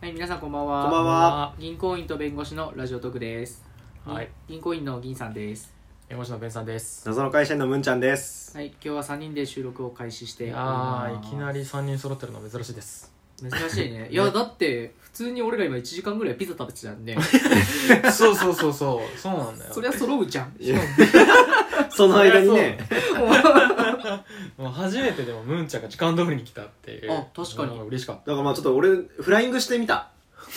はい、皆さんこんばんは。こんばんは銀行員と弁護士のラジオトークです。はい。銀行員の銀さんです。弁護士のベンさんです。謎の会社員のむんちゃんですはい、今日は三人で収録を開始しておいりやまーすいきなり3人揃ってるの珍しいです。珍しい ね。いや、だって、普通に俺ら今1時間ぐらいピザ食べてたんで、 そうそうそうそう、そうなんだよそ。りゃ揃うじゃん。その間にねもう初めてでもムンちゃんが時間通りに来たっていう。あ確かにうん嬉しかっだからまあちょっと俺フライングしてみた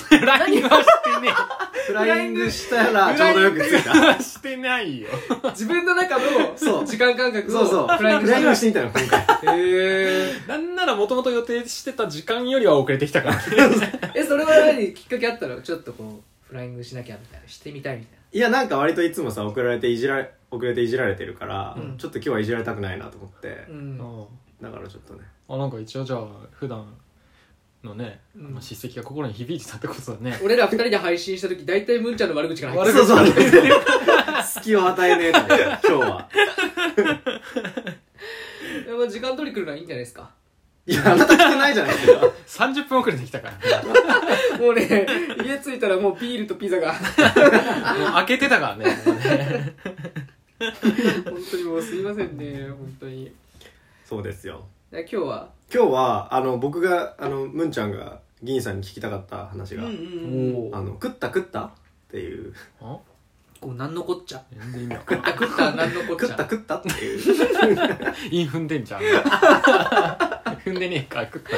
た。 何はしてねフライングしたらちょうどよくついたえ。してないよ。 自分の中のそう時間感覚そうそうフフラライインンググしてしてみたの今回へなんならもともと予定してた時間よりは遅れてき たからね。ーえ、それは何きっかけあったのちょっとこう、フライングしなきゃみたいな、してみたいみたいいやなんか割といつもさ送られていじられ遅れていじられてるから、うんちょっと今日はいじられたくないなと思ってな。、うん。だからちょっとねあ、なんか一応じゃあ、普段のね、うんあの叱責が心に響いてたってことだね。俺ら二人で配信した時、大体ムンちゃんの悪口から入って悪る口そうそう隙を与えねえと思って今日は。いやまあ時間取り来るのはいいんじゃないですか。いやあなた来てないじゃないですか30分遅れてきたから。 もうね、家着いたらもうビールとピザが、 もう開けてたからね。もうね本当にもうすいませんね、本当に。そうですよ今日は、今日はあの僕があのむんちゃんが銀さんに聞きたかった話が、おあの食った食ったっていうあ こう、なんのこっちゃ。全然意味わかんない食った食った、なんのこっちゃ。食った食ったっていうイン踏んでんじゃん。踏んでねえか、食った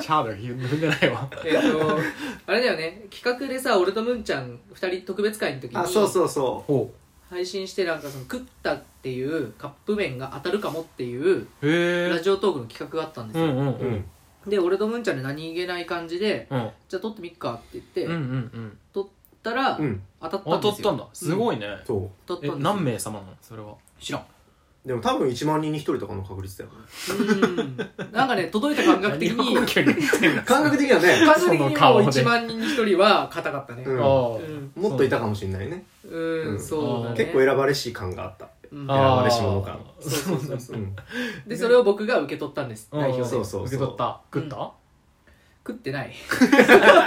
チャール踏んでないわ。えっ、と、あれだよね、企画でさ、俺とムンちゃん二人特別会の時に、あそうそうそほ配信してなんかその、食ったっていうカップ麺が当たるかもっていう、う。へラえ。ジオトークの企画があったんですうんよ。うんう、う。うんん、で、俺とムンちゃんで何気ない感じで、うん。じゃあ撮ってみっかって言って、うんうんうん。撮ったら、うん、当たった当んたでっすたよ。んだ。すごいね。そ当たったんですえよ。、何名様なのそれは。知らん。うでも多分1万人に1人とかの確率だようんなんかね、届いた感覚的に、感 感覚的にはね覚的にもうその顔で1万人に1人は硬かったね。ううんあん、ーもっといたかもしれないね、うん、そうだね。結構選ばれしい感があった、うんあ選ばれしも者のか、そうそうそうそううんで、それを僕が受け取ったんです、代表で。そう食そう受け取った。食ったってない。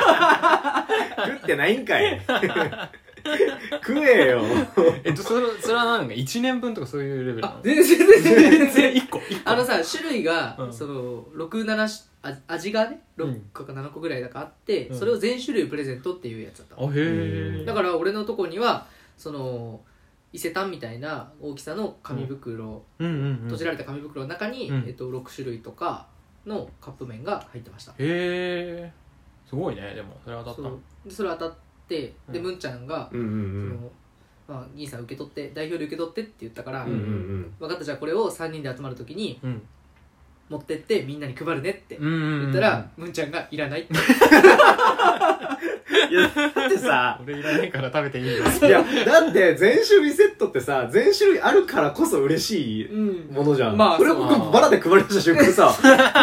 食ってないんかい 食えよえっと、それそれは何か ?1 年分とかそういうレベルなあの、全然全然全然。 1個。一個あのさ、種類が、うんその、6、7し、あ味がね、6個か7個ぐらいだかあって、うんそれを全種類プレゼントっていうやつだったの。あ、へうえ。んだから俺のとこには、その、伊勢丹みたいな大きさの紙袋、ら、うんうんうん。閉じられた紙袋の中に、うんえっと、6種類とかのカップ麺が入ってましたへえ。すごいね、でも。それは当たそったのうでそれ当たってでうんむんちゃんがうんうん「そのまあ銀さん受け取って代表で受け取って」って言ったからうんうんうん分かったじゃあこれを3人で集まるときにうん。持ってってみんなに配るねってうんうんうん。言ったらむんちゃんが「いらない」っていやだってさ俺いらないから食べていいよ。いやだって全種類セットってさ全種類あるからこそ嬉しいうんものじゃん。まあこれそう僕バラで配り出した瞬間さ、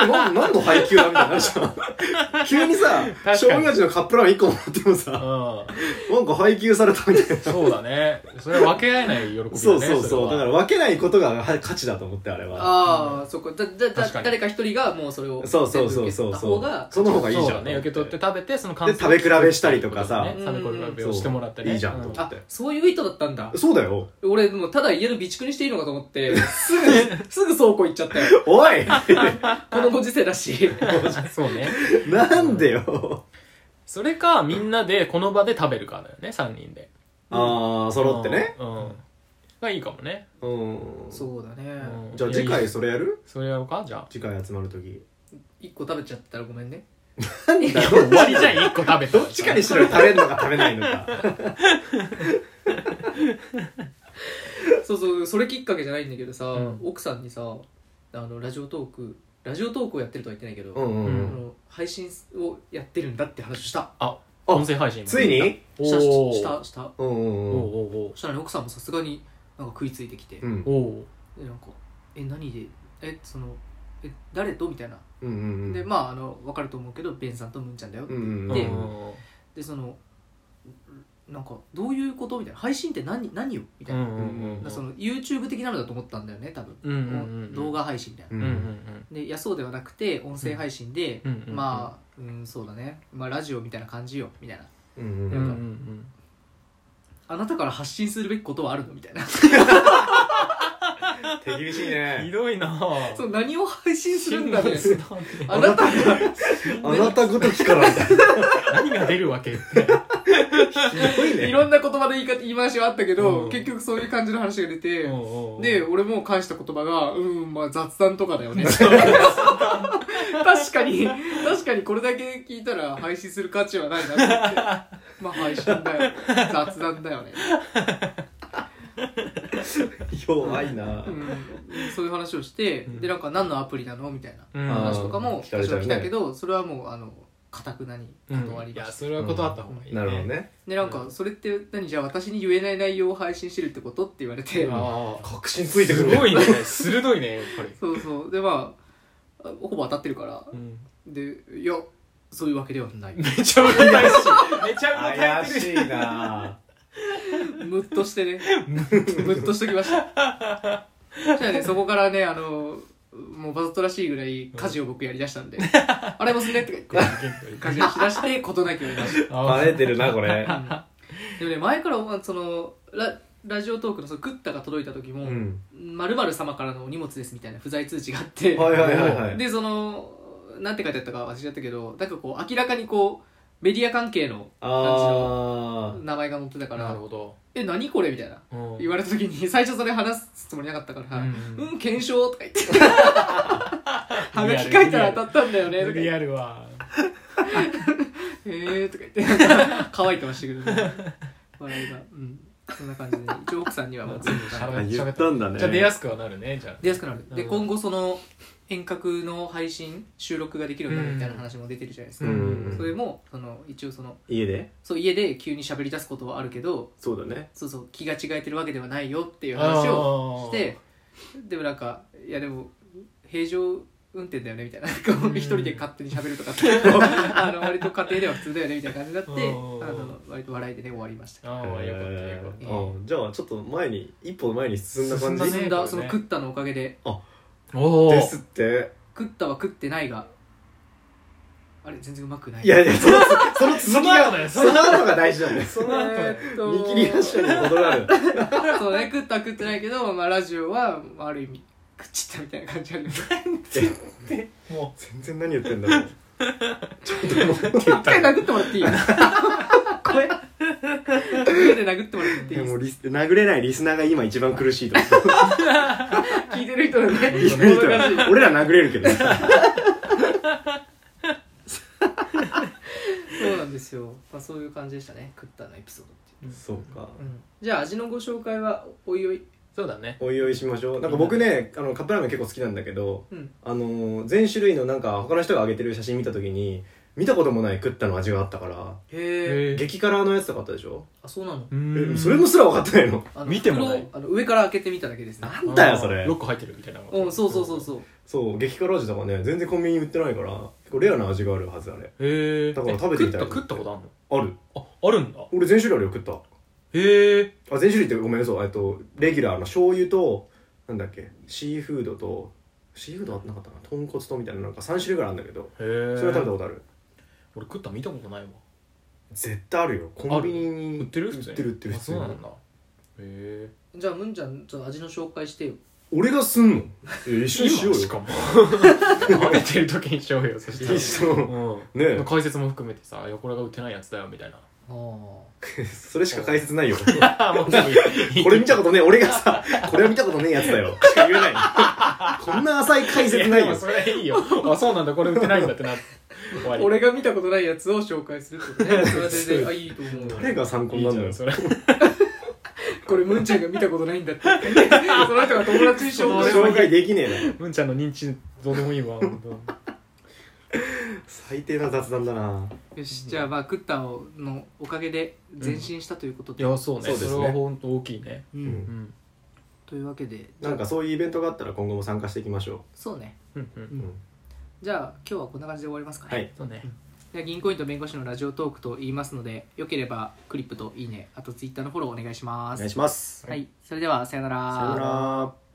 な何の配給だみたいになるじゃん。急にさ、かに醤油味のカップラーメン1個持ってもさ、うなんか配給されたみ たいな。ん、そうだね。それは分け合えない喜びだね。そうそうそう。だからら、分けないことがは価値だと思って、あれは。ああそこだだだ確かに誰か一人がもうそれをそうそうそう全そ部う受け取ったそ方う。がその方がいいいいじじゃゃん。ね。受け取って食べて、その感で食べ比べしたりとかさね食べ比べをしてもらってね。いいじゃんとう思あって。そういう意図だったんだそうだよ。俺もうただ家の備蓄にしていいのかと思 ってすぐすぐ倉庫行っちゃったよおい このご時世だしそうね。なんでよ。それか、みんなで、この場で食べるかだよね、3人で。ああ、揃ってね。うん。がいいかもね。うん。そうだねうんじゃあ次。いやい回いそれやるそれやろうかじゃあ。次回集まるとき。 1個食べちゃったらごめんね 何 だ終わりじゃん、1個食べた らどっちかにしろよ食べるのか食べないのか。そうそうそれきっかけじゃないんだけどさ、うん奥さんにさあのラジオトークラジオトークをやってるとは言ってないけど、うんうんうあん。の配信をやってるんだって話をしたあ、音声配信もついにおしたーしたしたうんうんおーうん。おーそしたらね奥さんもさすがになんか食いついてきて、うんおーおでなんか「え何でえそのえ誰と?」みたいな、うんうんうんでまああの分かると思うけどベンさんとムンちゃんだよ、うんうんうんーでうんでそのなんかどういうことみたいな配信って何何よみたういな、んうんうだからん。その YouTube 的なのだと思ったんだよね多分、うんうんうんうん動画配信みたいなううんんうんうん。でいやそうではなくて音声配信で、うんうんうんまあうんそうだねまあラジオみたいな感じよみたいなうんうんううんんうんうんあなたから発信するべきことはあるのみたいな手厳しいひねどいなぁそう何を配信するんだね辛辣だねあなたが あなたごときからみたい何が出るわけってなひどいいねろんな言葉で言い方言い回しはあったけど、うん結局そういう感じの話が出て、でで俺も返した言葉がうんまあ雑談とかだよ ね確かに確かにこれだけ聞いたら配信する価値はないなと思ってまあ配信だよ雑談だよね、弱いなうん、そういう話をして、うんでなんか何のアプリなのみたいなあー話とかも聞かれ私ちゃうはね来たけど、それはもうあのかたくなに断りいまやした、それは断った方がいいなるほどねでなんかそれって何じゃあ私に言えない内容を配信してるってことって言われて、うんああ確信ついてくするねごいね鋭いねやっぱりそうそうでまああほぼ当たってるからでいやそういうわけでは ないめちゃうまいしめちゃうまい怪しいなムッとしてねムッとしてきましたそしたらねそこからねあのもうバザットらしいぐらい家事を僕やりだしたんで「あれもすんね」とか言って家事をしだして事なきを得ましバレてるなこれた、うん でもね前からまあそのララジオトークのそのクッタが届いた時うもん「まる、様からのお荷物です」みたいな不在通知があって、はいはいはいはいでそのなんて書いてあったか忘れちゃったけどなんかこう明らかにこうメディア関係のあ名前が載ってたからなるほど「え何これ?」みたいな言われた時に 最初それ話すつもりなかったから「う、うんん検証」とか言って「はがき書いたら当たったんだよね」とか言リってアルは「へえ」とか言ってなん か乾いてましたけどね笑いがうんそんな感じでね一応奥さんにはもう全部喋あっ言ったんだねじゃあ出やすくはなるねじゃ出やすくなるでうん今後その遠隔の配信収録ができるようになるみたいな話も出てるじゃないですうか、んそれもその一応その家でそう家で急に喋り出すことはあるけどそうだねそうそう気が違えてるわけではないよっていうあ話ををしてでもなんかいやでも平常運転だよねみたいなこううん一人で勝手に喋るとかっていうのあ の割と家庭では普通だよねみたいな感じになってあうんの割と笑いでね終わりましたああよかったよかっえたーあじゃあちょっと前に一歩前に進んだ感じ進んだ進んねこれだそのクッタのおかげでおおですってクッタは食ってないがあれ全然うまくないいやいやそのその続きその後だよがそ その後が大事なんだよその後えーっと見切り発車にも程があるそうね食ったは食ってないけど、まあ、ラジオはまあある意味食っちゃったみたいな感じあるも 全然何言ってんだろう一回殴ってもら っていいこれ上で殴ってもらっていいいやもうリス殴れないリスナーが今一番苦しいと思う聞いてる人だねいやいやいや俺ら殴れるけどそうなんですよ、まあ、そういう感じでしたね食ったのエピソードっていうそうかじゃあ味のご紹介はおいおい、そうだねおいおいしましょうなんか僕ねあのカップラーメン結構好きなんだけどうん、あのー全種類のなんか他の人が上げてる写真見た時に見たこともない食ったの味があったかへらえへー激辛のやつとかあったでしょあそうなのえそれもすら分かってないのあの見てもない袋をあの上から開けてみただけですねなんだよそれ6個入ってるみたいなうんそうそうそうそうそう激辛味とかね全然コンビニ売ってないから結構レアな味があるはずあれへえだから食べてみたい食った食ったことああるるのああるんだ俺全種類あるよ食ったへえあ全種類ってごめんなさいえっとレギュラーの醤油となんだっけシーフードとシーフードあってなかったな豚骨とみたいななんか3種類ぐらいあるんだけどへえそれは食べたことある俺食った見たことないわ絶対あるよコンビニに売ってる売普っ通にてる売ってるあ普通そうになんだへえじゃあむんちゃんちょっと味の紹介してよ俺がすんのいや一緒にしようよ今しか も食べてる時にしようよそしたら一緒うねん解説も含めてさいやこれが売ってないやつだよみたいなああえそれしか解説 ないよ あもう全部いいこれ見たことねえ俺がさこれは見たことねえやつだよしか言えないこんな浅い解説ないやでよもそれいいよあそうなんだこれ売ってないんだってな って終わり俺が見たことないやつを紹介するってことねそれは全然あいいと思う誰が参考いにないるじのゃよんそれこれむんちゃんが見たことないんだって言ってその人が友達に紹介す紹る介できねえなむんちゃんの認知どうでもいいわ本当最低な雑談だなよしじゃあまあクッタのおかげで前進したということいで、やそうねそうですねれは本当大きいねうんんうんというわけでなんかそういうイベントがあったら今後も参加していきましょそうねうんうんう、うんじゃあ今日はこんな感じで終わりますかねはいそうねでは銀行員と弁護士のラジオトークと言いますのでよければクリップといいねあとツイッターのフォローお願いしまおす願いしますはい、それではさよなさよなら